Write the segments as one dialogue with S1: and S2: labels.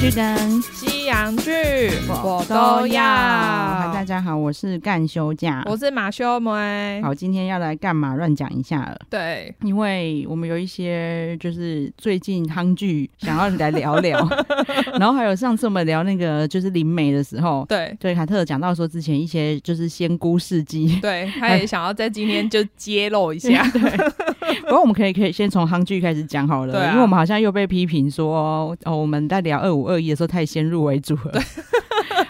S1: 巨灯，
S2: 西洋剧我都要。
S1: 好大家好，我是干休假，
S2: 我是马修梅。
S1: 好，今天要来干嘛？乱讲一下了，
S2: 对，
S1: 因为我们有一些就是最近夯剧想要来聊聊， 然后还有上次我们聊那个就是灵媒的时候，
S2: 对，
S1: 对凯特讲到说之前一些就是仙姑事 迹，。
S2: 对，他也想要在今天就揭露一下
S1: 对，不过我们可以可以先从夯剧开始讲好了，
S2: 对啊
S1: 因为我们好像又被批评说，哦，我们在聊二五二一的时候太先入为主了。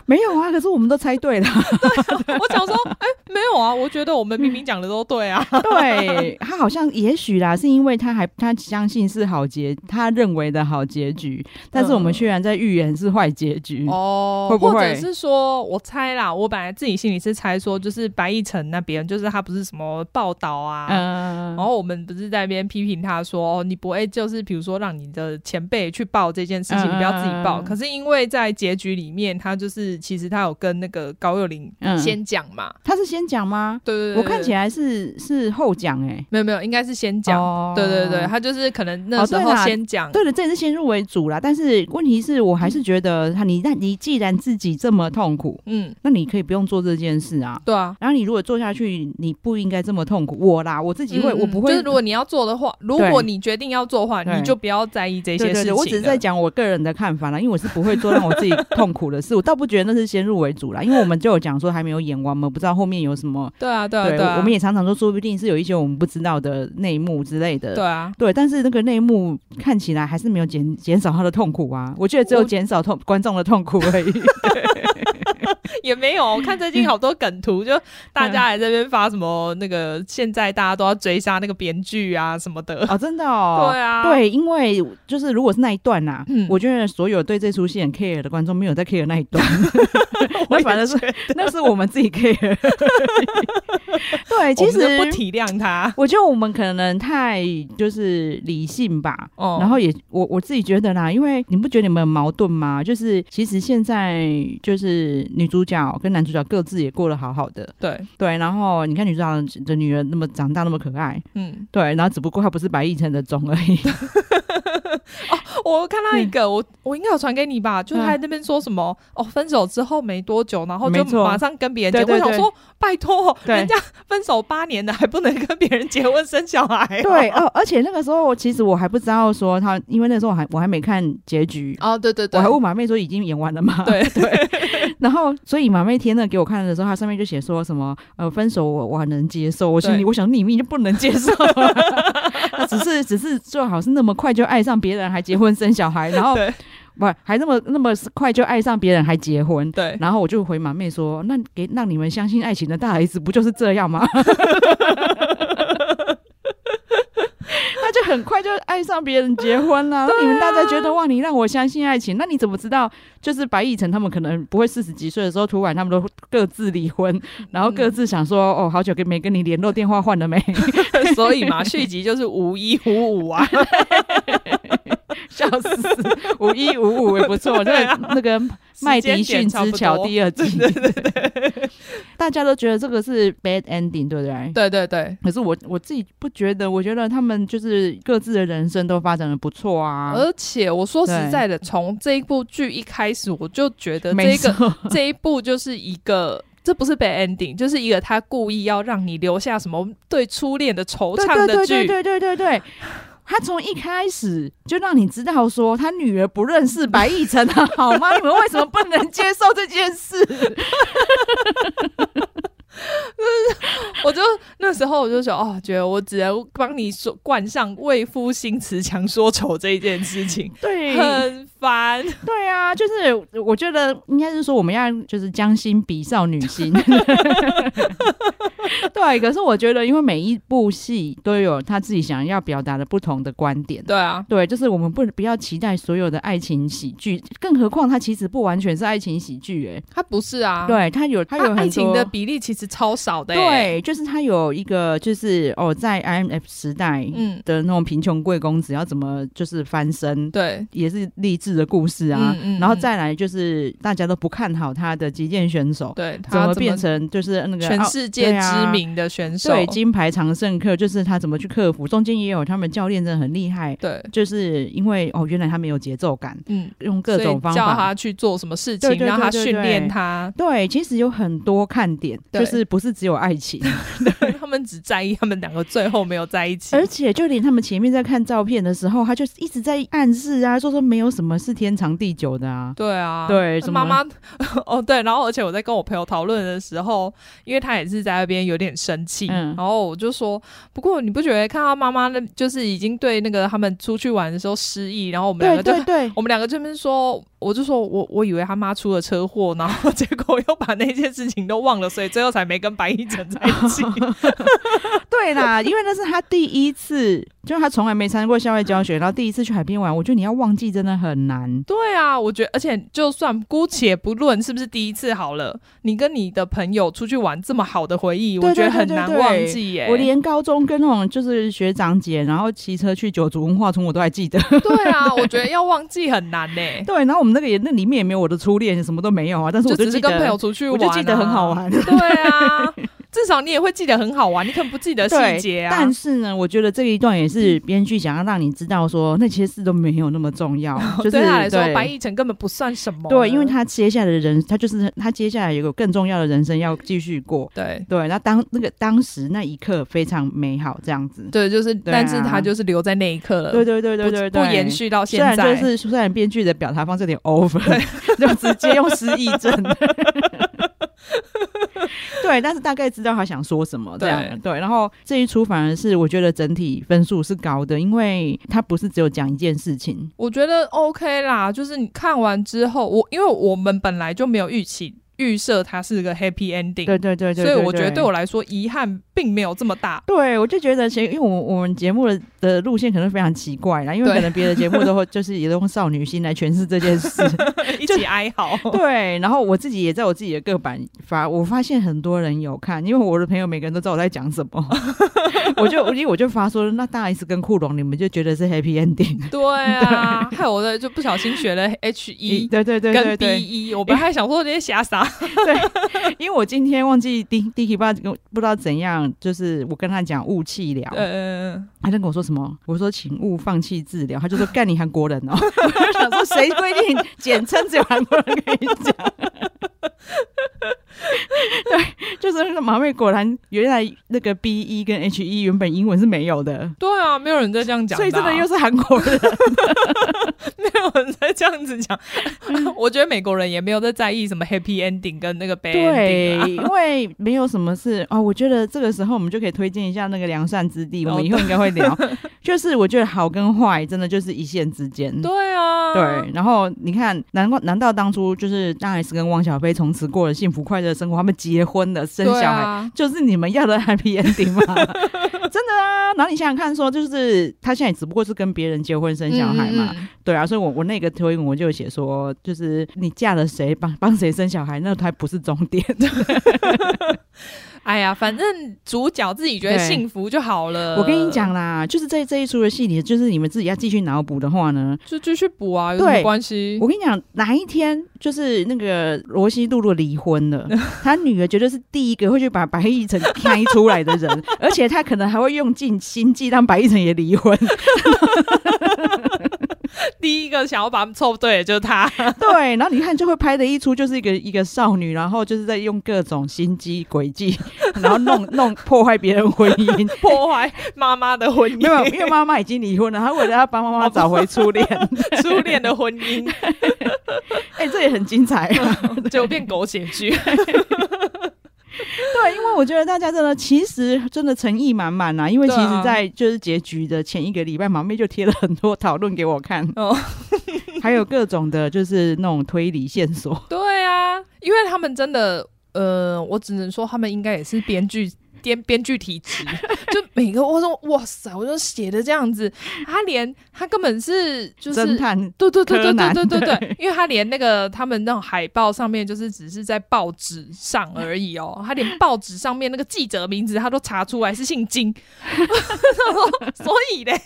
S1: 没有啊，可是我们都猜对了。
S2: 我想说，哎、没有啊，我觉得我们明明讲的都对啊。
S1: 对他好像也许啦，是因为他还他相信是好结，他认为的好结局，但是我们
S2: 嗯
S1: 居然在预言是坏结局。
S2: 哦
S1: 嗯会不会
S2: 或者是说，我猜啦，我本来自己心里是猜说，就是白亦辰那边，就是他不是什么报道啊。
S1: 嗯、
S2: 然后我们不是在那边批评他说，哦，你不会就是比如说让你的前辈去报这件事情，
S1: 嗯
S2: 你不要自己报。
S1: 嗯嗯
S2: 可是因为在结局里面，他就是其实他有跟那个高幼霖
S1: 嗯
S2: 先讲嘛，
S1: 他是先讲吗？
S2: 对对对
S1: 我看起
S2: 来
S1: 来是是后讲哎、欸。
S2: 没有没有，应该是先讲。
S1: 哦
S2: 对对对，他就是可能那
S1: 哦
S2: 时
S1: 对
S2: 候
S1: 啦
S2: 先讲，
S1: 对了，这也是先入为主啦。但是问题是我还是觉得他，你那你既然自己这么痛苦，
S2: 嗯，
S1: 那你可以不用做这件事啊。
S2: 对啊，
S1: 然后你如果做下去，你不应该这么痛苦。我啦，我自己会，
S2: 嗯
S1: 我不会。
S2: 就是如果你要做的话，如果你决定要做的话，
S1: 对
S2: 你就不要在意这些
S1: 对
S2: 事
S1: 对
S2: 情
S1: 对，
S2: 了。
S1: 我只是在讲我个人的看法啦，因为我是不会做让我自己痛苦的 事，我倒不觉得那是先入为主啦，因为我们就有讲说还没有演完，我们不知道后面有什么，
S2: 对啊，对啊，啊，
S1: 我们也常常说，说不定是有一些我们不知道的内幕之类的，
S2: 对啊。
S1: 对，但是那个内幕看起来还是没有减减少他的痛苦啊，我觉得只有
S2: 我
S1: 减少痛观众的痛苦而 已。
S2: 也没有，我看最近好多梗图，就大家还在那边发什么那个，现在大家都要追杀那个编剧啊什么的。
S1: 哦，真的哦，
S2: 对啊，
S1: 对，因为就是如果是那一段呐、啊，
S2: 嗯
S1: 我觉得所有对这出戏很 care 的观众没有在 care 那一段，
S2: 我
S1: 那
S2: 也
S1: 反正是
S2: 觉得
S1: 那是我们自己 care。对，其
S2: 我们
S1: 实
S2: 就不体谅他。
S1: 我觉得我们可能太就是理性吧。
S2: 哦
S1: 然后也我我自己觉得啦，因为你不觉得你们很矛盾吗？就是其实现在就是女主角跟男主角各自也过得好好的，
S2: 对，
S1: 对。然后你看女主角的女儿那么长大那么可爱，
S2: 嗯，
S1: 对。然后只不过她不是白亦辰的种而已，
S2: 我看到一个，我我应该有传给你吧，就
S1: 嗯
S2: 是他在那边说什么、哦，分手之后没多久，然后
S1: 没
S2: 就
S1: 错
S2: 马上跟别人结
S1: 对对
S2: 婚。我想说，拜托，
S1: 对
S2: 人家分手八年的还不能跟别人结婚生小 孩、哦？
S1: 对哦，而且那个时候其实我还不知道说他，因为那时候我还我还没看结局，
S2: 哦，对对
S1: 我
S2: 对，
S1: 还问马妹说已经演完了吗？
S2: 对
S1: 对。然后所以马妹贴那个给我看的时候，她上面就写说什么呃分手我我还能接受，我心里
S2: 对
S1: 我想你明明就不能接受、 啊，她只是只是最好是那么快就爱上别人，还结婚生小孩，然后
S2: 对
S1: 不还那么那么快就爱上别人还结婚。
S2: 对，
S1: 然后我就回马妹说：“那给让你们相信爱情的大 S 不就是这样吗？” 他就很快就爱上别人结婚了、
S2: 啊
S1: 那你们大家觉得哇，你让我相信爱情，那你怎么知道？就是白亦辰他们可能不会四十几岁的时候，突然他们都各自离婚，然后各
S2: 嗯
S1: 自想说、哦，好久跟没跟你联络，电话换了没？
S2: 所以嘛，续集就是无一无五啊。
S1: 笑死，五一五五也不错，
S2: 对
S1: 那
S2: 啊
S1: 个那个麦迪逊之桥第二季，
S2: 对对对
S1: 大家都觉得这个是 bad ending，对不对？
S2: 对对对，
S1: 可是我我自己不觉得，我觉得他们就是各自的人生都发展的不错啊。
S2: 而且我说实在的，从这一部剧一开始，我就觉得这
S1: 没
S2: 一个
S1: 错，
S2: 这一部就是一个。这不是 bad ending，就是一个他故意要让你留下什么对初恋的惆
S1: 对
S2: 怅
S1: 对
S2: 的
S1: 对
S2: 剧
S1: 对，对对对对，他从一开始就让你知道说他女儿不认识白亦辰啊，好吗？你们为什么不能接受这件 事？
S2: 我就那时候我就想，哦，觉得我只能帮你说冠上“为赋新词强说愁”这一件事情，
S1: 对
S2: 很烦。
S1: 对啊，就是我觉得应该是说我们要就是将心比少女心。 对，可是我觉得因为每一部戏都有他自己想要表达的不同的观点。
S2: 对啊，
S1: 对，就是我们不不要期待所有的爱情喜剧，更何况它其实不完全是爱情喜剧、欸，
S2: 他不是啊，
S1: 对，它有它
S2: 他
S1: 有很多
S2: 爱情的比例其实超少的、欸。
S1: 对，就是它有一个就是哦，在 IMF 时代
S2: 嗯，
S1: 的那种贫穷贵公子要怎么就是翻身，
S2: 对，
S1: 也是励志的故事啊。
S2: 嗯嗯
S1: 然后
S2: 嗯
S1: 再来就是大家都不看好他的击剑选手，
S2: 对，他
S1: 怎么
S2: 么
S1: 变成就是那个
S2: 全
S1: 奥
S2: 世界知？
S1: 对啊
S2: 名名的选手，
S1: 对，金牌常胜课就是他怎么去克服，中间也有他们教练真的很厉害，
S2: 对，
S1: 就是因为哦，原来他没有节奏感，
S2: 嗯，
S1: 用各种方
S2: 所以叫
S1: 法。
S2: 他去做什么事情，
S1: 对对对
S2: 让他
S1: 对
S2: 训
S1: 对
S2: 练他，
S1: 对，其实有很多看点，
S2: 对
S1: 就是不是只有爱 情，
S2: 他们只在意他们两个最后没有在一 起
S1: 而。且就连他们前面在看照片的时候，他就一直在暗示啊，说说没有什么是天长地久的啊。
S2: 对啊，
S1: 对什么
S2: 妈妈 哦，对，然后而且我在跟我朋友讨论的时候，因为他也是在那边有点生气，
S1: 嗯
S2: 然后我就说，不过你不觉得看到妈妈那就是已经对那个他们出去玩的时候失忆，然后我们两
S1: 对
S2: 个就
S1: 对对，
S2: 我们两个这边说，我就说我我以为他妈出了车祸，然后结果又把那件事情都忘了，所以最后才没跟白一晨在一 起。
S1: 对啦， 因为那是他第一次，就是他从来没参加过校外教学，然后第一次去海边玩，我觉得你要忘记真的很难。
S2: 对啊，我觉得，而且就算姑且不论是不是第一次好了，你跟你的朋友出去玩这么好的回忆，
S1: 对
S2: 我觉得
S1: 对对
S2: 很
S1: 对
S2: 难
S1: 对
S2: 忘记耶、
S1: 我连高中跟那种就是学长姐，然后骑车去九族文化村，我都还 记得。
S2: 对啊，我觉得要忘记很难呢、
S1: 对，然后我们那个也那里面也没有我的初恋，什么都没有啊，但是我
S2: 就只
S1: 记
S2: 是
S1: 得
S2: 跟朋友出去
S1: 我
S2: 玩、啊，
S1: 就记得很好。 玩。
S2: 对啊，至少你也会记得很好玩，你可能不记得细节啊。
S1: 但是呢，我觉得这一段也是编剧想要让你知道说，那些事都没有那么重 要，就是
S2: 对他来说，
S1: 对
S2: 白亦辰根本不算什么。
S1: 对，因为他接下来的人，他就是他接下来有个更重要的人生要继续过。
S2: 对
S1: 对，那当那个当时那一刻非常美好，这样子。
S2: 对，就是，
S1: 啊
S2: 但是他就是留在那一刻了，
S1: 对对对对对
S2: 呃不
S1: 对，
S2: 不延。续到现
S1: 虽然
S2: 在。
S1: 就是虽然编剧的表达方式有点 over，就 直接用失忆症。 对，但是大概知道他想说什么这样。对，然后这一出反而是我觉得整体分数是高的，因为他不是只有讲一件事情。
S2: 我觉得 OK 啦，就是你看完之后，我因为我们本来就没有预期预设它是个 happy ending，
S1: 对对对对对
S2: 所以我觉得对我来说遗憾并没有这 么大。
S1: 对，我就觉得其实因为我们我们节目的的路线可能非常奇怪啦，因为
S2: 对
S1: 可能别的节目都会就是也都用少女心来诠释这件事。
S2: 一起哀嚎，
S1: 对，然后我自己也在我自己的个版发，我发现很多人有看，因为我的朋友每个人都知道我在讲什么，我就因为我就发说，那大 S 跟库龙，你们就觉得是 happy ending，
S2: 对啊，害我的就不小心学了 H 一
S1: 对对对对
S2: 跟 B
S1: 对，
S2: 一，我本来还想说这些瞎傻，
S1: 因为我今天忘记 D D K 爸不知道怎样，就是我跟他讲雾气疗，
S2: 呃，
S1: 他在跟我说什么？我说请勿放弃治疗，他就说干你韩国人哦， 我就想说谁规定简称只有韩国人可以讲？ 对，就是那个马妹果然原来那个 B 一跟 H 一原本英文是没有的。
S2: 对啊，没有人在这样讲啊，
S1: 所以真的又是韩国 人，
S2: 没有人在这样子讲，
S1: 嗯
S2: 我觉得美国人也没有在在意什么 happy ending 跟那个 bad ending 啊。
S1: 对，因为没有什么事哦。我觉得这个时候我们就可以推荐一下那个良善之地，我
S2: 哦
S1: 们以后应该会聊。就是我觉得好跟坏真的就是一线之间。
S2: 对啊，
S1: 对，然后你看，难怪难道当初就是大 S 跟汪小菲从此过了幸福快乐的生活，他们结婚了，生
S2: 对
S1: 小孩，
S2: 啊，
S1: 就是你们要的 happy ending 吗？真的啊，然后你想想看说就是他现在只不过是跟别人结婚生小孩嘛，
S2: 嗯，嗯嗯
S1: 对啊，所以我我那个推文我就有写说，就是你嫁了谁，帮帮谁生小孩，那还不是终点。
S2: 哎呀，反正主角自己觉得
S1: 对
S2: 幸福就好了。
S1: 我跟你，讲啦，就是在这一出的戏里，就是你们自己要继续脑补的话呢，
S2: 就继续补啊，有什么
S1: 对
S2: 关系？
S1: 我跟你讲，哪一天就是那个罗西露露离婚了，她女儿绝对是第一个会去把白亦晨开出来的人，而且她可能还会用尽心计让白亦晨也离婚。
S2: 第一个想要把他们凑对的就是他，
S1: 对，然后你看就会拍的一出就是一个一个少女，然后就是在用各种心机诡计，然后弄弄破坏别人婚姻。
S2: 破坏妈妈的婚
S1: 没有，
S2: 姻，
S1: 因为妈妈已经离婚了，她为了要帮妈妈找回初恋，
S2: 初恋的婚 姻，
S1: 哎、这也很精彩、 啊。
S2: 就变狗血剧。
S1: 对，因为我觉得大家真的其实真的诚意满满啊，因为其
S2: 对啊
S1: 实，在就是结局的前一个礼拜，毛妹就贴了很多讨论给我看，
S2: 哦
S1: 还有各种的就是那种推理线索。
S2: 对啊，因为他们真的，呃，我只能说他们应该也是编剧。编编剧体质， 就每个我说哇塞，我就写的这样子，他连他根本是就是
S1: 侦探
S2: 对对对对
S1: 柯南
S2: 对对对对
S1: 对，
S2: 因为他连那个他们那种海报上面，就是只是在报纸上而已哦，他连报纸上面那个记者名字他都查出来是姓金， 所以嘞，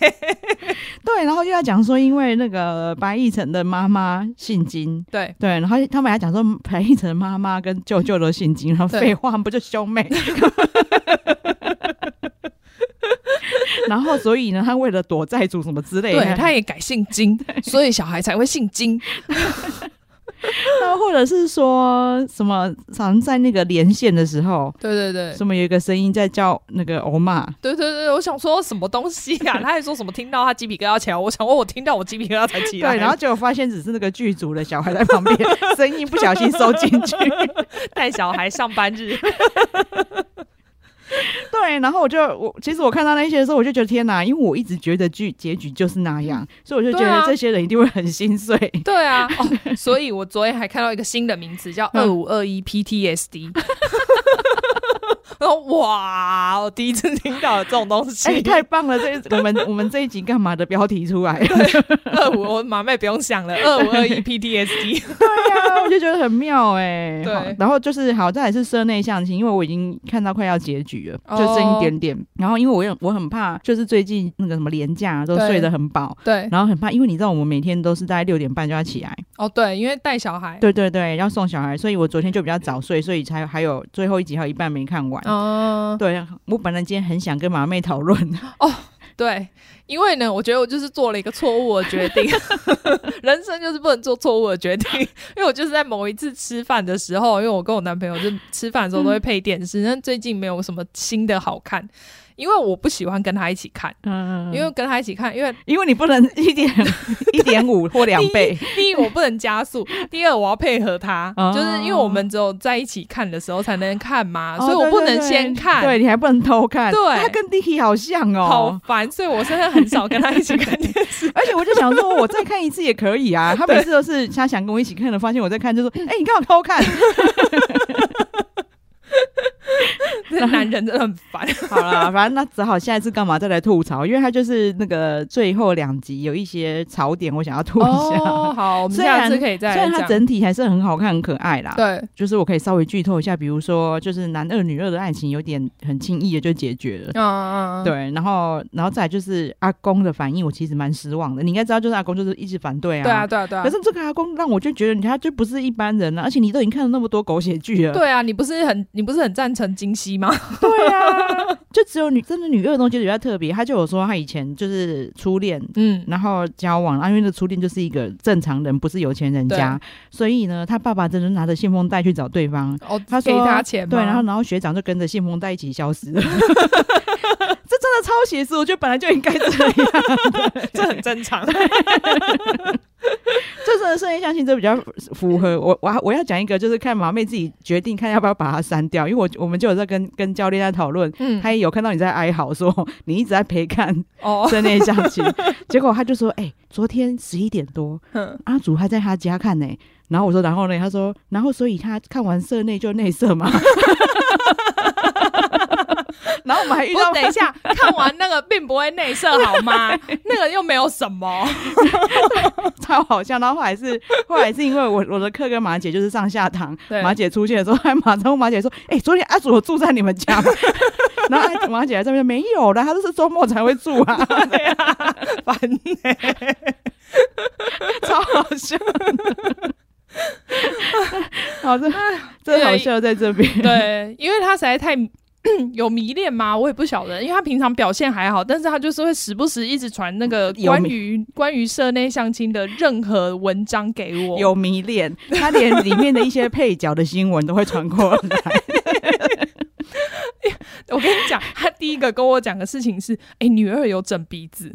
S1: 对，然后又要讲说，因为那个白亦晨的妈妈姓金。
S2: 对
S1: 对，然后他们还讲说白亦晨的妈妈跟舅舅都姓金，然后
S2: 对
S1: 废话不就兄妹？然后所以呢，他为了躲债主什么之类的，
S2: 对，他也改姓金，所以小孩才会姓金。
S1: 那或者是说什么，好像在那个连线的时候，
S2: 对对对。
S1: 什么有一个声音在叫那个欧玛，
S2: 对对对，我想说什么东西啊？他还说什么听到他鸡皮疙瘩起来，我想问我听到我鸡皮疙瘩才起
S1: 对，
S2: 来，
S1: 然后结果发现只是那个剧组的小孩在旁边，声音不小心收进去，
S2: 带小孩上班日，
S1: 对，然后我就我其实我看到那些的时候，我就觉得天哪，因为我一直觉得剧结局就是那样，所以我就觉
S2: 对啊
S1: 得这些人一定会很心碎。
S2: 对啊，嗯哦，所以我昨天还看到一个新的名词叫二五二一 PTSD，然后哇，我第一次听到有这种东
S1: 哎、
S2: 西，
S1: 太棒了！这一我们我们这一集干嘛的标题出来？对
S2: 二五，我马妹不用想了，二五二一 PTSD，
S1: 呀、啊我就觉得很妙哎、
S2: 对
S1: 好然后就是好，再来是社内相亲，因为我已经看到快要结局了，
S2: 哦
S1: 就剩一点点。然后因为我也我很怕，就是最近那个什么廉价都
S2: 对
S1: 睡得很饱。
S2: 对，
S1: 然后很怕，因为你知道我们每天都是大概六点半就要起来，
S2: 哦对，因为带小孩，
S1: 对对对，要送小孩，所以我昨天就比较早睡，所以才还有最后一集还有一半没看完。
S2: 哦
S1: 对我本来今天很想跟马妹讨论，
S2: 对，因为呢，我觉得我就是做了一个错误的决定， 人生就是不能做错误的决定。因为我就是在某一次吃饭的时候，因为我跟我男朋友就吃饭的时候
S1: 嗯
S2: 都会配电视，但最近没有什么新的好看，因为我不喜欢跟他一起看，
S1: 嗯，
S2: 因为跟他一起看，因为
S1: 因为你不能一 点一点五或两倍，
S2: 第一我不能加速，第二我要配合他，
S1: 哦
S2: 就是因为我们只有在一起看的时候才能看嘛，
S1: 哦
S2: 啊所以我不能先看。
S1: 对你还不能偷看，
S2: 对
S1: 它跟 d i k i 好像
S2: 好
S1: 哦。。
S2: 烦，所以我现在很少跟他一起看电视
S1: 而且我就想说，我再看一次也可以啊。他每次都是他想跟我一起看的，发现我在看，就说：“哎、你看我偷看。
S2: 这男人真的很烦。”
S1: 好啦，反正那只好下一次干嘛再来吐槽，因为他就是那个最后两集有一些槽点，我想要吐一下。
S2: 哦，好，我们
S1: 虽
S2: 下
S1: 然
S2: 次可以再
S1: 虽
S2: 来
S1: 然它
S2: 讲。
S1: 整体还是很好看、很可爱啦，
S2: 对
S1: 就是我可以稍微剧透一下，比如说就是男二女二的爱情有点很轻易的就解决了。
S2: 嗯，嗯嗯，
S1: 对，啊然后，然后再来就是阿公的反应，我其实蛮失望的。你应该知道，就是阿公就是一直反对啊。
S2: 对啊，。对啊，对啊
S1: 可。是这个阿公让我就觉得他就不是一般人了、啊而且你都已经看了那么多狗血剧了。
S2: 对啊，你不是很你不是很赞成金 熙吗？
S1: 对啊，就只有女真的女二的东西比较特别。他就有说他以前就是初恋，
S2: 嗯，
S1: 然后交往，啊、因为那初恋就是一个正常人，不是有钱人家，所以呢，他爸爸真的拿着信封袋去找对方，
S2: 哦，
S1: 他
S2: 给
S1: 说
S2: 他钱吗？
S1: 对，然后然后学长就跟着信封袋一起消失了。这 真的超写实，我觉得本来就应该这样。
S2: 这很正常。
S1: 这真的深夜相亲，这比较符合我。我我要讲一个，就是看马妹自己决定看要不要把它删掉，因为我我们就有在跟跟教练在讨论，
S2: 嗯，
S1: 他也有看到你在哀嚎说你一直在陪看
S2: 哦，
S1: 深夜相亲， 结果他就说，哎、昨天十一点多，
S2: 嗯
S1: 阿祖还在他家看呢、然后我说，然后呢？他说，然后所以他看完社内就内射 嘛。 然后我们还遇
S2: 不
S1: 到，
S2: 是，等一下，看完那个并不会内射好吗？ 那个又没有什么。
S1: 超好笑。然后后来是后来是因为我我的课跟马姐就是上下堂，
S2: 对
S1: 马姐出现的时候，还马上问马姐说：“哎、昨天阿祖有住在你们家吗？” 然后马姐还在那边没有啦，她都是周末才会住 啊，
S2: 对啊，烦欸
S1: 超好笑的。 好，这真好笑在这边。
S2: 对，因为他实在太 有迷恋嘛，我也不晓得，因为他平常表现还好，但是他就是会时不时一直传那个
S1: 有
S2: 关
S1: 迷
S2: 于关于社内相亲的任何文章给我。
S1: 有迷恋，他连里面的一些配角的新闻都会传过来。
S2: 我跟你讲，他第一个跟我讲的事情是，哎、女二有整鼻 子，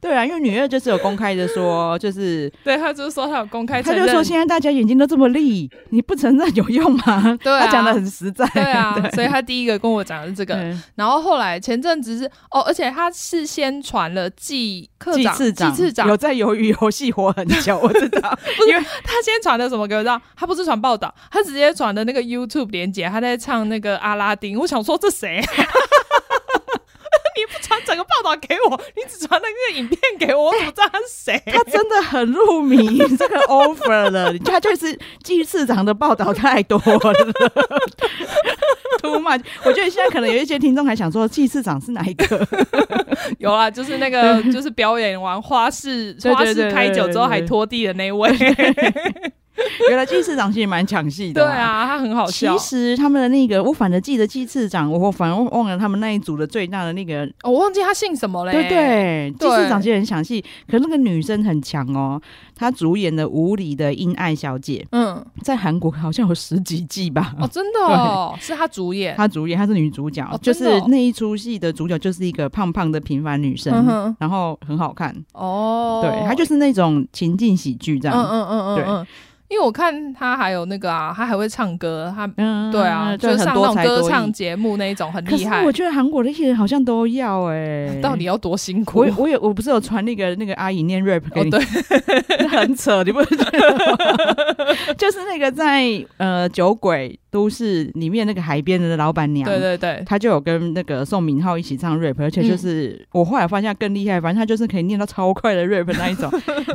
S1: 对啊，因为女二就是有公开的说，就是
S2: 对，他就说他有公开承
S1: 他
S2: 认，
S1: 就说现在大家眼睛都这么利，你不承认有用吗？
S2: 对
S1: 他
S2: 啊
S1: 讲的很实在。
S2: 对 啊，所以他第一个跟我讲的是这个，
S1: 嗯
S2: 然后后来前阵子是哦，而且他是先传了季课
S1: 季
S2: 长、
S1: 次长
S2: 季次长
S1: 有在鱿鱼游戏活很久，我知道。
S2: 他先传的什么给我知道？他不是传报道，他直接传的那个 YouTube 连接，他在唱那个阿拉丁。我想说 这谁、啊？你不传整个报道给我，你只传那个影片给我，我怎么知道他是谁？
S1: 他真的很入迷这 个 offer 了，他就是季次长的报道太多了 ，too much。我觉得现在可能有一些听众还想说季次长是哪一个？
S2: 有啦，就是那个，就是表演完花式
S1: 对
S2: 花
S1: 对对
S2: 啊式开酒之后还拖地的那一位。
S1: 原来季市长其实蛮抢戏的、
S2: 对，啊，他很好笑
S1: 其。实他们的那个，我反正记得季市长，我反而忘了他们那一组的最大的那个，
S2: 哦我忘记他姓什么嘞？
S1: 对对，季
S2: 对
S1: 市长其实很抢戏，可是那个女生很强哦，她主演的《无理的因爱小姐
S2: 嗯，》
S1: 在韩国好像有十几季吧。
S2: 哦，真的哦，是他主演。
S1: 她主演，她是女主角，
S2: 哦
S1: 就
S2: 真
S1: 是
S2: 的哦
S1: 那一出戏的主角就是一个胖胖的平凡女生，
S2: 嗯哼
S1: 然后很好看，
S2: 哦，
S1: 对，她就是那种情境喜剧这
S2: 嗯
S1: 样，
S2: 嗯嗯嗯
S1: 对
S2: 嗯，因为我看他还有那个啊，他还会唱歌，他
S1: 嗯
S2: 对啊，
S1: 就
S2: 就是
S1: 很
S2: 上
S1: 多
S2: 那种
S1: 才多
S2: 歌
S1: 艺
S2: 唱节目那一种，很
S1: 可
S2: 厉
S1: 是
S2: 害
S1: 我。觉得韩国的艺人好像都要哎、
S2: 到底要多辛苦
S1: 我？我也我不是有传那个那个阿姨念 rap 给
S2: 哦，
S1: 你，
S2: 对，
S1: 很扯，你不觉得 吗？就是那个在呃酒鬼都市里面那个海边的老板娘，
S2: 对对对，
S1: 她就有跟那个宋明浩一起唱 rap，而且就是、我后来发现她更厉害，反正她就是可以念到超快的 rap 那一 种。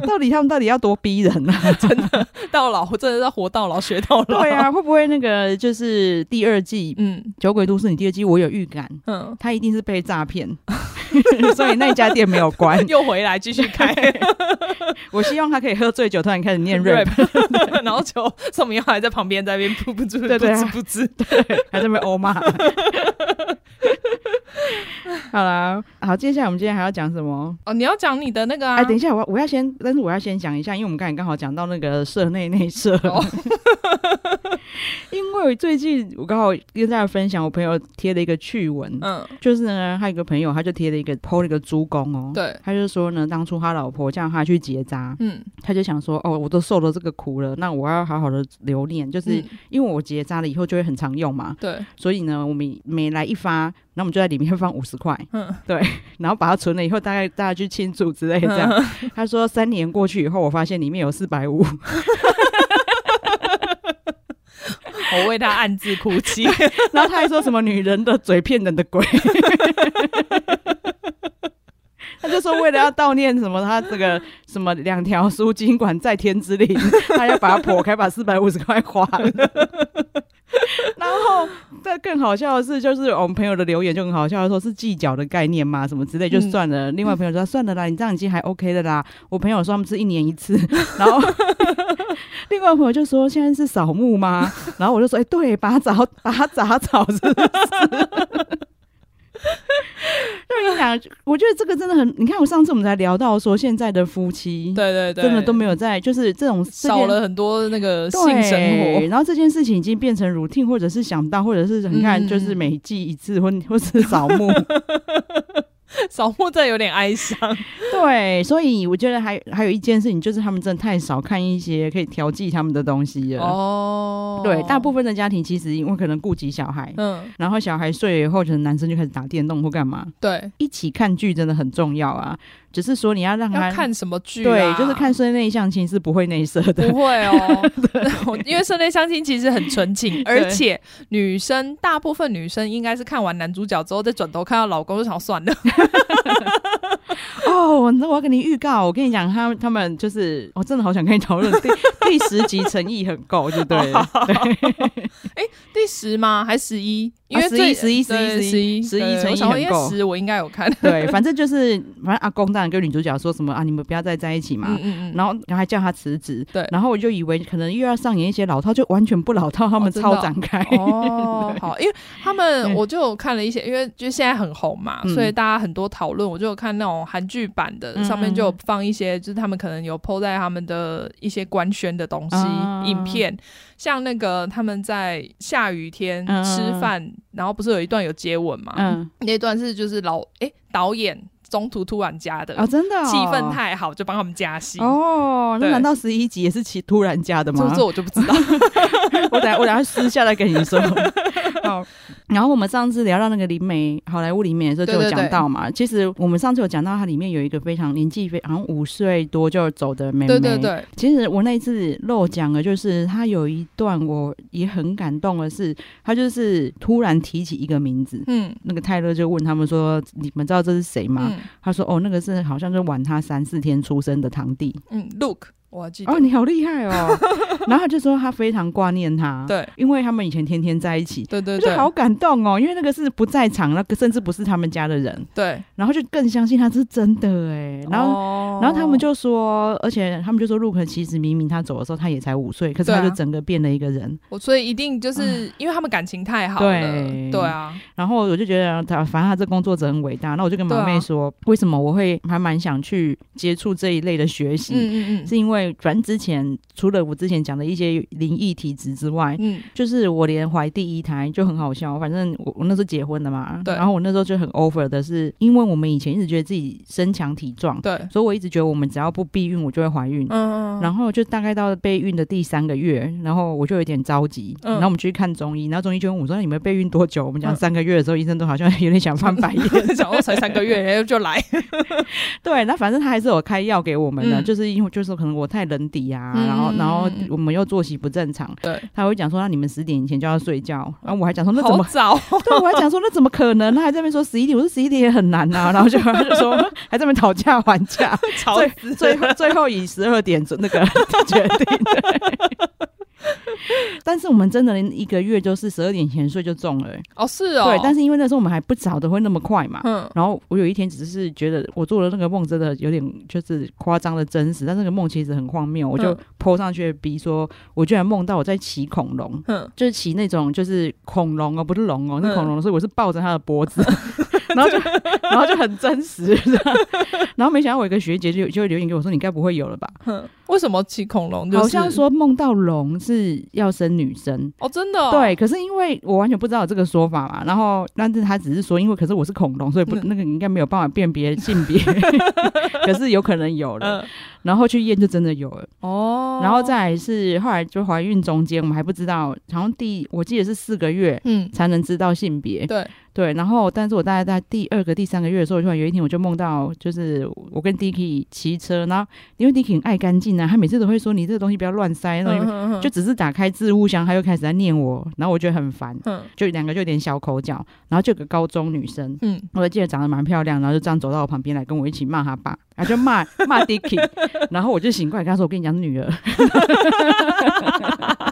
S1: 到底他们到底要多逼人呢、啊？
S2: 到老真的是活到老学到老。
S1: 对 啊，会不会那个就是第二季《
S2: 嗯
S1: 酒鬼都市》你第二季我有预感，
S2: 嗯，
S1: 他一定是被诈骗， 所以那家店没有 关。
S2: 又回来继续开
S1: 我希望他可以喝醉酒，突然开始念 rap，
S2: rap，然后 就宋明浩还在旁边在那边噗噗噗
S1: 对
S2: 噗
S1: 对啊
S2: 噗噗噗，
S1: 还在那边欧 骂。好啦，好，接下来我们今天还要讲什么？
S2: 哦，你要讲你的那个啊？
S1: 哎，等一下，我要我要先，但是我要先讲一下，因为我们刚才刚好讲到那个社 内内社，
S2: 哦
S1: 因为我最近我刚好跟大家分享，我朋友贴了一个趣闻，
S2: 嗯，
S1: 就是呢，他有一个朋友，他就贴了一个 PO 了一个猪公哦，
S2: 对，
S1: 他就说呢，当初他老婆叫他去结扎，
S2: 嗯，
S1: 他就想说，哦，我都受了这个苦了，那我要好好的留念，就是
S2: 嗯
S1: 因为我结扎了以后就会很常用嘛，
S2: 对，
S1: 所以呢，我们每来一发，然后我们就在里面放五十块，
S2: 嗯，
S1: 然后把它存了以后，大概大家去庆祝之类这样。他说三年过去以后，我发现里面有四百五，
S2: 我为他暗自哭 泣。
S1: 然后他还说什么女人的嘴骗人的鬼。他就说，为了要悼念什么，他这个什么两条输精管在天之灵，他要把它剖开，把四百五十块花了。然后，这更好笑的是，就是我们朋友的留言就很好笑，他说是计较的概念吗？什么之类，就算了。另外朋友说算了啦，你这样已经还 OK 的啦。我朋友说他们是一年一次，然后另外朋友就说现在是扫墓吗？ 然后我就说哎、对，拔杂拔杂草是不 是？就你讲，我觉得这个真的很，你看我上次我们才聊到说现在的夫妻
S2: 对对对，
S1: 真的都没有在，就是这种这件
S2: 少了很多那个性
S1: 对，
S2: 生活。
S1: 然后这件事情已经变成 routine，或者是想到，或者是你看，
S2: 嗯
S1: 就是每季一次，或 或是扫 墓。
S2: 扫墓真的有点哀伤，
S1: 对，所以我觉得还还有一件事情，就是他们真的太少看一些可以调剂他们的东西了。
S2: 哦
S1: 对，大部分的家庭其实因为可能顾及小孩。
S2: 嗯，
S1: 然后小孩睡了以后，可能男生就开始打电动或干嘛，
S2: 对，
S1: 一起看剧真的很重要啊。只是说你要让他
S2: 要看什么剧、啊
S1: 对，就是看。室内相亲是不会内射的
S2: 不，会 哦，我因为室内相亲其实很纯情，而且女生大部分女生应该是看完男主角之后再转头看到老公就想算了，
S1: 哦，那我要跟你预告，我跟你讲，他们他们就是，我真的好想跟你讨论第第十集诚意很够，就对了，
S2: 哦第十吗？还十一？因为
S1: 啊
S2: 最
S1: 11 11
S2: 对
S1: 11
S2: 十一
S1: 11乘以
S2: 我想说
S1: 很
S2: 因
S1: 够
S2: 为十我应该有看，
S1: 对，反正就是，反正阿公当然跟女主角说什么啊，你们不要再在一起嘛。
S2: 嗯嗯嗯，
S1: 然后，然后还叫他辞职，
S2: 对
S1: 然后我就以为可能又要上演一些老套，就完全不老套，他们
S2: 哦真的
S1: 超
S2: 哦
S1: 展开。
S2: 哦，好，因为他们
S1: 对
S2: 我就有看了一些，因为就现在很红嘛，
S1: 嗯
S2: 所以大家很多讨论，我就有看那种韩剧版的，
S1: 嗯
S2: 上面就有放一些，就是他们可能有 PO 在他们的一些官宣的东西、
S1: 啊
S2: 影片，像那个他们在下雨天
S1: 嗯
S2: 吃饭，然后不是有一段有接吻嘛，
S1: 嗯，
S2: 那段是就是老诶导演中途突然加的，
S1: 哦，真的、哦，
S2: 气氛太好就帮他们加戏。
S1: 哦，那
S2: 对
S1: 难道十一集也是其突然加的
S2: 这
S1: 吗？
S2: 这我就不知道，
S1: 我等下我等下私下再跟你说。 好，然后我们上次聊到那个灵媒好莱坞灵媒的时候，就有
S2: 对对对
S1: 讲到嘛。其实我们上次有讲到，它里面有一个非常年纪非好像五岁多就走的妹妹。
S2: 对对。对，
S1: 其实我那一次漏讲了，就是她有一段我也很感动的是，她就是突然提起一个名字。
S2: 嗯
S1: 那个泰勒就问他们说：“你们知道这是谁吗？”
S2: 嗯
S1: 他说：“哦，那个是好像就晚他三四天出生的堂弟。
S2: 嗯，Look，” 我还记得，
S1: 哦，你好厉害 哦！然后他就说他非常挂念他，，
S2: 对
S1: 因为他们以前天天在一起，
S2: 对对
S1: 我就
S2: 对，
S1: 好感动哦，因为那个是不在场，那个甚至不是他们家的人，
S2: 对，哦
S1: 然后就更相信他是真的哎。然后，
S2: 后
S1: 然后他们就说，而且他们就说，陆克其实明明他走的时候他也才五岁，可是
S2: 对啊
S1: 他就整个变了一个人。
S2: 我所以一定就是因为他们感情太好了，
S1: 嗯对
S2: 对啊，
S1: 然后我就觉得他，反正他这工作者很伟大。那我就跟
S2: 对啊
S1: 马妹说，为什么我会还蛮想去接触这一类的学习。
S2: 嗯嗯嗯
S1: 是因为反正之前除了我之前讲的一些灵异体质之外，
S2: 嗯，
S1: 就是我连怀第一胎就很好笑，反正我我那时候结婚了嘛，
S2: 对
S1: 然后我那时候就很 over 的是，因为我们以前一直觉得自己身强体壮，
S2: 对，
S1: 所以我一直觉得我们只要不避孕我就会怀孕。
S2: 嗯嗯，
S1: 然后就大概到备孕的第三个月，然后我就有点着急，
S2: 嗯
S1: 然后我们去看中医，然后中医就问我说：“那你们备孕多久？”我们讲
S2: 嗯
S1: 三个月的时候，医生都好像有点想翻白 眼。
S2: 想说才三个月，然后就来，
S1: 对，那反正他还是有开药给我们的，
S2: 嗯
S1: 就是因为就是可能我太冷底啊，
S2: 嗯
S1: 然后然后
S2: 嗯嗯嗯
S1: 我们又作息不正常，
S2: 对，
S1: 他会讲说，那你们十点以前就要睡觉，然后我还 讲说，那怎
S2: 好
S1: 么？
S2: 早，
S1: 对，我还讲说那怎么可能？他还在那边说十一点，我说十一点也很难啊，然后就 他就说还在那边讨价还价，
S2: 吵
S1: 最
S2: 死，
S1: 最后最后以十二点准那个决定。对但是我们真的连一个月就是十二点前睡就中了、欸
S2: 哦是哦，
S1: 对。但是因为那时候我们还不早的会那么快嘛，
S2: 嗯，
S1: 然后我有一天只是觉得我做的那个梦真的有点就是夸张的真实，但那个梦其实很荒谬，我就
S2: 嗯
S1: PO 上去逼说，我居然梦到我在骑恐龙，
S2: 嗯
S1: 就是骑那种就是恐龙哦，不是龙哦，
S2: 嗯
S1: 那恐龙，所以我是抱着它的脖子。 然后就，然后就很真实， 这样然后没想到我有一个学姐就就留言给我说：“你该不会有了吧
S2: 哼，为什么骑恐龙？”就是
S1: 好像说梦到龙是要生女生，
S2: 哦，真的哦，
S1: 对，可是因为我完全不知道有这个说法嘛，然后但是他只是说，因为可是我是恐龙，所以不、
S2: 嗯
S1: 那个应该没有办法辨别性 别，可是有可能有了，
S2: 嗯，
S1: 然后去验就真的有了，
S2: 哦，
S1: 然后再来是后来就怀孕中间我们还不知道，好像第我记得是四个月。
S2: 嗯，
S1: 才能知道性别，
S2: 对，
S1: 对，然后但是我大概在第二个、第三个月的时候，突然有一天我就梦到，就是我跟 Dicky 骑车，然后因为 Dicky 很爱干净啊，他每次都会说你这个东西不要乱塞，那种、
S2: 嗯
S1: 就只是打开置物箱，他又开始在念我，然后我觉得很烦，
S2: 嗯
S1: 就两个就有点小口角，然后就有个高中女生，
S2: 嗯，
S1: 我记得长得蛮漂亮，然后就这样走到我旁边来跟我一起骂她爸，然后就骂骂 Dicky，然 后我就醒过来跟她说：“我跟你讲，是女儿。”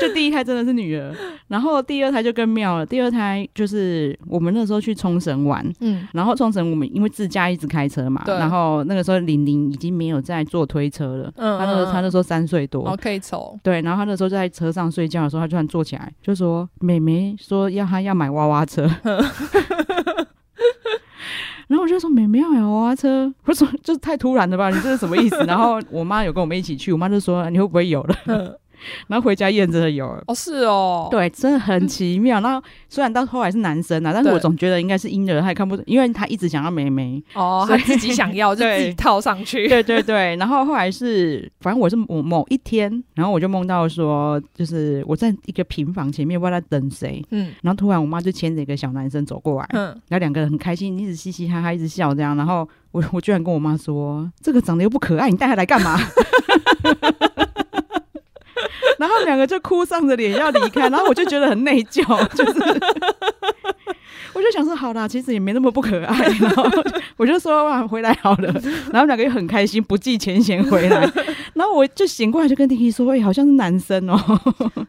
S1: 就第一胎真的是女儿，然后第二胎就更妙了。第二胎就是我们那时候去冲绳玩，
S2: 嗯
S1: 然后冲绳我们因为自驾一直开车嘛，
S2: 对
S1: 然后那个时候玲玲已经没有在坐推车了，
S2: 嗯，
S1: 她那时候她那时候三岁多，
S2: 哦可以走，
S1: 对，然后他那时候就在车上睡觉的时候，他突然坐起来就说：“妹妹说要她要买娃娃 车。”然后我就说：“妹妹要买娃娃车。”我说：“就是太突然了吧？你这是什么意思？”然后我妈有跟我们一起去，我妈就说：“你会不会有了
S2: 嗯，？”
S1: 然后回家验真的有了。
S2: 哦是哦，
S1: 对，真的很奇妙。然后虽然到后来是男生啊，但是
S2: 对
S1: 我总觉得应该是婴儿，他也看不，因为他一直想要妹妹。
S2: 哦，他
S1: 所以
S2: 自己 想要就自己
S1: 对
S2: 套上 去。
S1: 对对对，然后后来是，反正我是某某一天，然后我就梦到说，就是我在一个平房前面，不知道在等谁，
S2: 嗯
S1: 然后突然我妈就牵着一个小男生走过来，
S2: 嗯，
S1: 然后两个人很开心，一直嘻嘻哈哈，一直笑这样，然后我 我居然跟我妈说，这个长得又不可爱，你带他来干嘛？ 然后两个就哭丧着脸要离开，然后我就觉得很内疚， 就是我就想说，好啦，其实也没那么不可爱， 然后我就说哇，回来好了，然后两个又很开心，不计前嫌回来，然后我就醒过来就跟 Dicky 说，哎、好像是男生哦、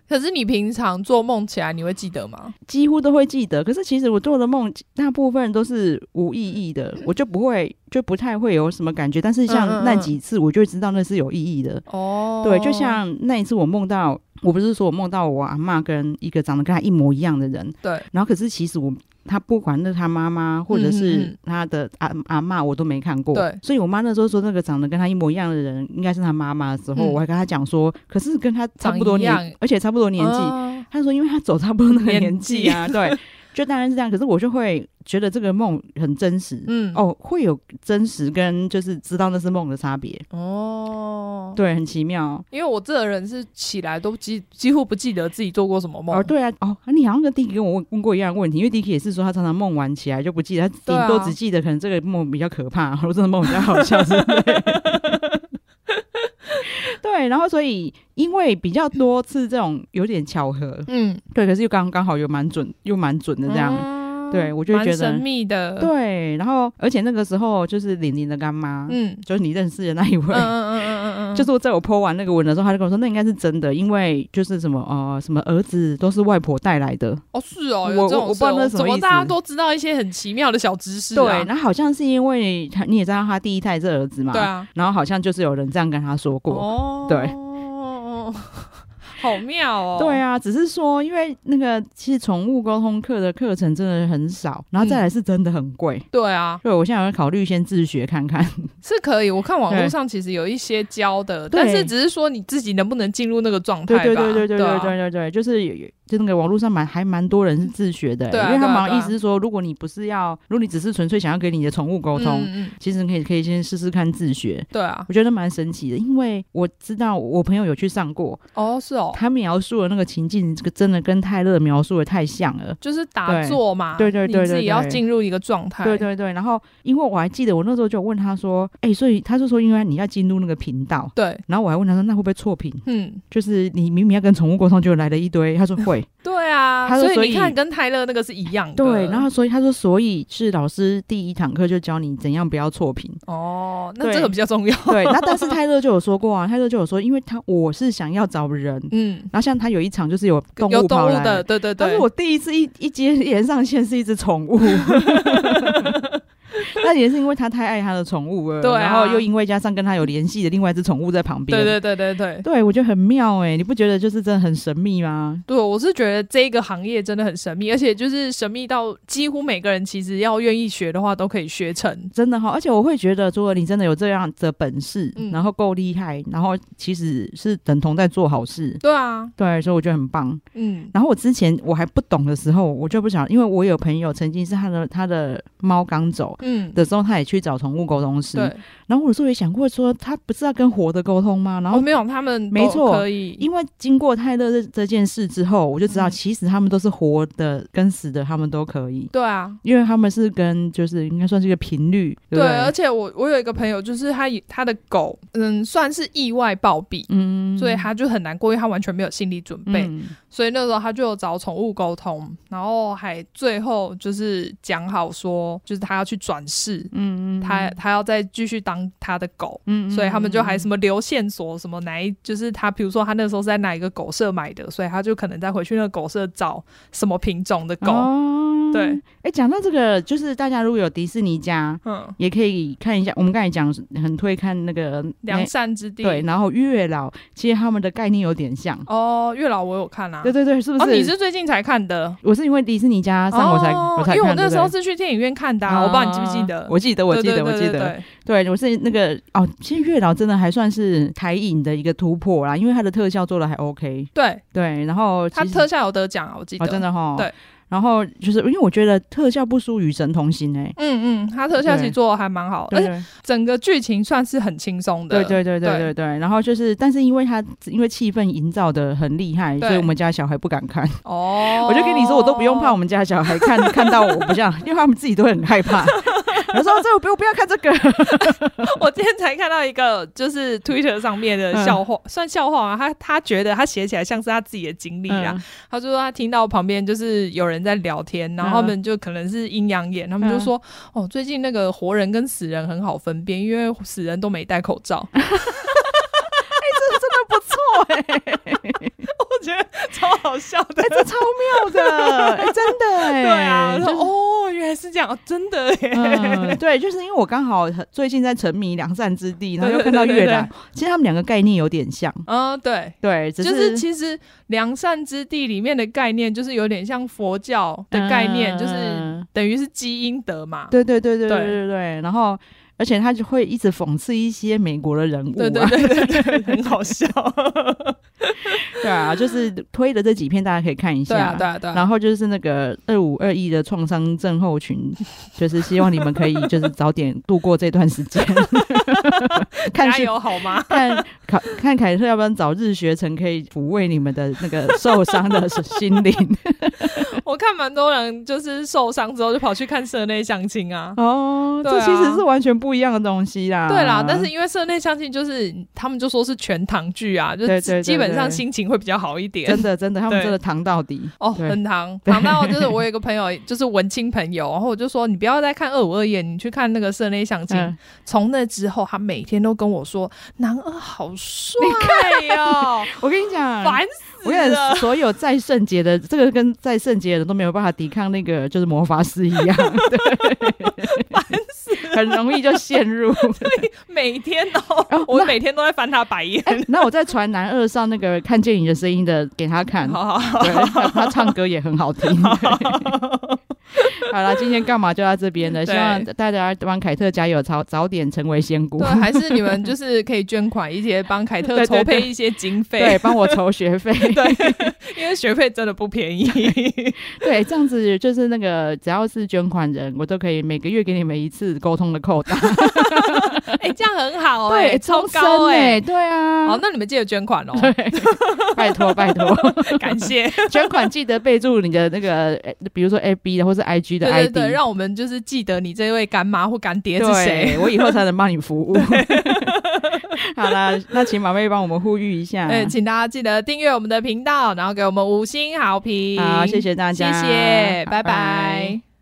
S2: 可是你平常做梦起来，你会记得吗？
S1: 几乎都会记得。可是其实我做的梦大部分都是无意义的，我就不会就不太会有什么感觉。但是
S2: 嗯嗯嗯嗯
S1: 像那几次，我就会知道那是有意义的。
S2: 哦，
S1: 对，就像那一次我梦到，我不是说我梦到我阿嬷跟一个长得跟她一模一样的人，
S2: 对，
S1: 然后可是其实我。她不管是她妈妈或者
S2: 嗯嗯
S1: 是
S2: 嗯
S1: 她的阿阿嬷，我都没看过。
S2: 对
S1: 所以我妈那时候说那个长得跟她一模一样的人应该是她妈妈的时候，
S2: 嗯
S1: 我还跟她讲说，可是跟她差不多
S2: 长一
S1: 年
S2: 样，
S1: 而且差不多年纪，
S2: 哦
S1: 他说，因为他走差不多那个
S2: 年
S1: 年纪啊， 对，就当然是这样。可是我就会觉得这个梦很真实，
S2: 嗯
S1: 哦，会有真实跟就是知道那是梦的差别，
S2: 哦，
S1: 对，很奇妙。
S2: 因为我这个人是起来都几几乎不记得自己做过什么梦
S1: 哦，，对啊，哦，你好像跟 Dicky 跟我问问过一样的问题，因为 Dicky 也是说他常常梦完起来就不记得，
S2: 对
S1: 他
S2: 啊
S1: 顶多只记得可能这个梦比较可怕，或者这个梦比较好笑之类的 对，然后所以因为比较多次这种有点巧合，
S2: 嗯，
S1: 对，可是又刚刚好又蛮准，又蛮准的这样。
S2: 嗯
S1: 对我就会
S2: 蛮
S1: 觉得啊
S2: 神秘的，，
S1: 对，然后而且那个时候就是玲玲的干妈，
S2: 嗯
S1: 就是你认识的那一
S2: 嗯
S1: 位，
S2: 嗯嗯嗯嗯
S1: 就是我在我 po 完那个文的时候，他就跟我说，那应该是真的，因为就是什么呃什么儿子都是外婆带来的，
S2: 哦，是哦，
S1: 我
S2: 有这
S1: 我不
S2: 种
S1: 知
S2: 事
S1: 道那是
S2: 哦，
S1: 什么
S2: 怎么
S1: 意思
S2: 大家都知道一些很奇妙的小知识
S1: 对，
S2: 啊？
S1: 然后好像是因为他你也知道他第一胎是儿子嘛，
S2: 对，啊，
S1: 然后好像就是有人这样跟他说过，
S2: 哦，
S1: 对，
S2: 好妙哦，
S1: 对，啊，只是说因为那个其实宠物沟通课的课程真的很少，然后
S2: 嗯
S1: 再来是真的很贵。
S2: 对啊，
S1: 对，我现在有考虑先自学看看。
S2: 是可以。我看网络
S1: 对
S2: 上其实有一些教的，
S1: 对
S2: 但是只是说你自己能不能进入那个状态
S1: 对
S2: 吧？
S1: 对对对对
S2: 对
S1: 对
S2: 啊
S1: 对对对，就是有有就那个网络上蛮还蛮多人是自学的欸、
S2: 对啊
S1: 因为他
S2: 对啊
S1: 们好像
S2: 对啊
S1: 意思是说，如果你不是要，如果你只是纯粹想要跟你的宠物沟通，
S2: 嗯嗯，
S1: 其实你可以可以先试试看自学。
S2: 对啊，
S1: 我觉得蛮神奇的，因为我知道我朋友有去上过，
S2: 哦，是哦，
S1: 他描述的那个情境，这个真的跟泰勒描述的太像了。
S2: 就是打坐嘛，
S1: 对对对对
S2: 你自己
S1: 对
S2: 要进入一个状态，
S1: 对对对，然后因为我还记得我那时候就问他说，哎、所以他就说，因为你要进入那个频道，
S2: 对，
S1: 然后我还问他说，那会不会错频？
S2: 嗯，
S1: 就是你明明要跟宠物沟通，就来了一堆。他说会，
S2: 对啊，
S1: 他说
S2: 所
S1: 所
S2: 以
S1: 以
S2: 你看跟泰勒那个是一样的，
S1: 对，然后所以他说，所以是老师第一堂课就教你怎样不要错评。
S2: 哦，那
S1: 对
S2: 这个比较重要，
S1: 对，那但是泰勒就有说过啊，泰勒就有说，因为他我是想要找人，
S2: 嗯，
S1: 然后像他有一场就是有动
S2: 有
S1: 物
S2: 动
S1: 跑
S2: 物
S1: 来，
S2: 的，对对
S1: 但
S2: 对
S1: 是，我第一次一一接连上线是一只宠物。 那也是因为他太爱他的宠物了，
S2: 对啊
S1: 然后又因为加上跟他有联系的另外一只宠物在旁边，
S2: 对对对对对。
S1: 对，我觉得很妙哎、你不觉得就是真的很神秘吗？
S2: 对，我是觉得这个行业真的很神秘，而且就是神秘到几乎每个人其实要愿意学的话，都可以学成。
S1: 真的哈、而且我会觉得，如果你真的有这样的本事，
S2: 嗯
S1: 然后够厉害，然后其实是等同在做好事，
S2: 对啊，
S1: 对，所以我觉得很棒。
S2: 嗯，
S1: 然后我之前我还不懂的时候，我就不想，因为我有朋友曾经是他的他的猫刚走
S2: 嗯，
S1: 的时候，他也去找宠物沟通师，
S2: 对，
S1: 然后我有时候也想过说，他不是要跟活的沟通吗？然
S2: 哦，
S1: 后
S2: 没有，他们
S1: 没
S2: 都
S1: 错
S2: 可以，
S1: 因为经过泰勒这这件事之后，我就知道
S2: 嗯
S1: 其实他们都是活的跟死的，他们都可以，
S2: 对啊，
S1: 因为他们是跟就是应该算是一个频率，对
S2: 对，
S1: 不
S2: 而且我我有一个朋友，就是他也他的狗，嗯，算是意外暴毙，
S1: 嗯，
S2: 所以他就很难过，因为他完全没有心理准备，
S1: 嗯
S2: 所以那时候他就有找宠物沟通，然后还最后就是讲好说，就是他要去转世，
S1: 嗯嗯，
S2: 他他要再继续当他的狗。
S1: 嗯，嗯
S2: 所以他们就还
S1: 嗯
S2: 什么留线索，什么哪一就是他，比如说他那时候是在哪一个狗舍买的，所以他就可能再回去那个狗舍找什么品种的狗。
S1: 哦
S2: 对，
S1: 哎，讲到这个，就是大家如果有迪士尼家。
S2: 嗯，
S1: 也可以看一下，我们刚才讲很推看那个
S2: 良善之地。
S1: 对，然后月老，其实他们的概念有点像，
S2: 哦，月老我有看啊。
S1: 对对对，是不
S2: 哦，
S1: 是？
S2: 你是最近才看的？
S1: 我是因为迪士尼加上我才、
S2: 哦
S1: 我才看，
S2: 因为我那时候
S1: 对不对
S2: 是去电影院看的啊，我不知道你记不记
S1: 啊
S2: 得。
S1: 我记得，我记
S2: 对
S1: 得，我
S2: 对
S1: 记
S2: 对
S1: 得，
S2: 对
S1: 对，我是那个哦，其实月老真的还算是台影的一个突破啦，因为它的特效做的还 OK，
S2: 对，
S1: 对，然后其
S2: 他
S1: 实
S2: 特效有得奖啊，我记得。
S1: 哦真的哈，
S2: 对，
S1: 然后就是因为我觉得特效不输于神童星哎、
S2: 嗯嗯，他特效其实
S1: 对
S2: 做的还蛮好，而
S1: 对
S2: 且整个剧情算是很轻松的。
S1: 对对对对对对，然后就是，但是因为它因为气氛营造的很厉害，
S2: 对
S1: 所以我们家小孩不敢看。
S2: 哦，
S1: 我就跟你说，我都不用怕我们家小孩看看到我不像，因为他们自己都很害怕。 我说这我不用不要看这 个，
S2: 我今天才看到一个，就是 Twitter 上面的
S1: 嗯
S2: 笑话，算笑话吗？他他觉得他写起来像是他自己的经历啊。
S1: 嗯
S2: 他就说他听到旁边就是有人在聊天，然后他们就可能是阴阳
S1: 嗯
S2: 眼，他们就说、哦，最近那个活人跟死人很好分辨，因为死人都没戴口 罩。哎、 这真的不错哎、哎我觉得超好笑的
S1: 哎、。这超妙的，哎、真的哎、
S2: 对啊，
S1: 就
S2: 我
S1: 是
S2: 说哦，原来是这样，哦真的哎、
S1: 嗯，对，就是因为我刚好很最近在沉迷良善之地，然后又
S2: 对对
S1: 看到
S2: 对
S1: 月
S2: 对
S1: 亮，其实他们两个概念有点像，
S2: 嗯，对，
S1: 对，只
S2: 就是
S1: 是
S2: 其实良善之地里面的概念，就是有点像佛教的概念，就是
S1: 嗯
S2: 等于是积阴德嘛。
S1: 对对对对
S2: 对
S1: 对对对，然后而且他就会一直讽刺一些美国的人物、啊，
S2: 对对对对对，很好笑。
S1: 对 啊，就是推的这几篇大家可以看一下，
S2: 对啊对啊对啊。
S1: 然后就是那个二五二一的创伤症候 群，就是希望你们可以就是早点度过这段时 间。看
S2: 加
S1: 是
S2: 油好吗？
S1: 看凯看凯特，要不然早日学成，可以抚慰你们的那个受伤的心 灵。
S2: 我看蛮多人就是受伤之后就跑去看社内相亲啊。
S1: 哦，
S2: 对
S1: 这
S2: 啊
S1: 其实是完全不一样的东西啦。
S2: 对啦，但是因为社内相亲就是他们就说是全堂剧啊，就
S1: 对对对
S2: 基本晚上心情会比较好一点
S1: 真。的真的，他们
S2: 对
S1: 真的糖到底。
S2: 哦，
S1: 对
S2: 很糖糖到就是我有一个朋友，就是文青朋友，然后我就说你不要再看二五二夜，你去看那个室内相亲。
S1: 嗯，
S2: 从那之后，他每天都跟我说男二好帅哦，
S1: 我跟你讲，
S2: 烦
S1: 我
S2: 死
S1: 跟你
S2: 了
S1: 讲，。所有在圣节的这个跟在圣节的人都没有办法抵抗那个就是魔法师 一样，对，很容易就陷 入。
S2: 每天哦
S1: 哦，
S2: 我
S1: 那
S2: 每天都在翻他白 眼。
S1: 哎、那我再传男二上那个看见你的声音的给他看，
S2: 好好 好，
S1: 对，他他唱歌也很好 听。好啦，今天干嘛就到这边了，希
S2: 对
S1: 望大家帮凯特加油，早早点成为仙姑
S2: 对，。还是你们就是可以捐款一些，帮凯 特
S1: 对对
S2: 筹备
S1: 对
S2: 一些经
S1: 对，
S2: 费，
S1: 帮我筹学费。
S2: 因为学费真的不便宜。
S1: 对，这样子就是那个，只要是捐款人，我都可以每个月给你们一次沟通的扣打。
S2: 哎，这样很好哎，
S1: 对，
S2: 超
S1: 终身
S2: 高
S1: 欸
S2: 哎。
S1: 对啊。
S2: 好，那你们记得捐款哦，
S1: 拜托拜托，
S2: 感谢。
S1: 捐款记得备注你的那个，呃比如说 A B 的或是 I G 的
S2: 对
S1: I
S2: 对
S1: D，
S2: 对，让我们就是记得你这位干妈或干爹是谁。
S1: 对我以后才能帮你服务。 好啦，那请马妹帮我们呼吁一下。
S2: 哎，请大家记得订阅我们的频道，然后给我们五星好评。
S1: 好，谢谢大家，
S2: 谢谢，拜
S1: 拜
S2: 拜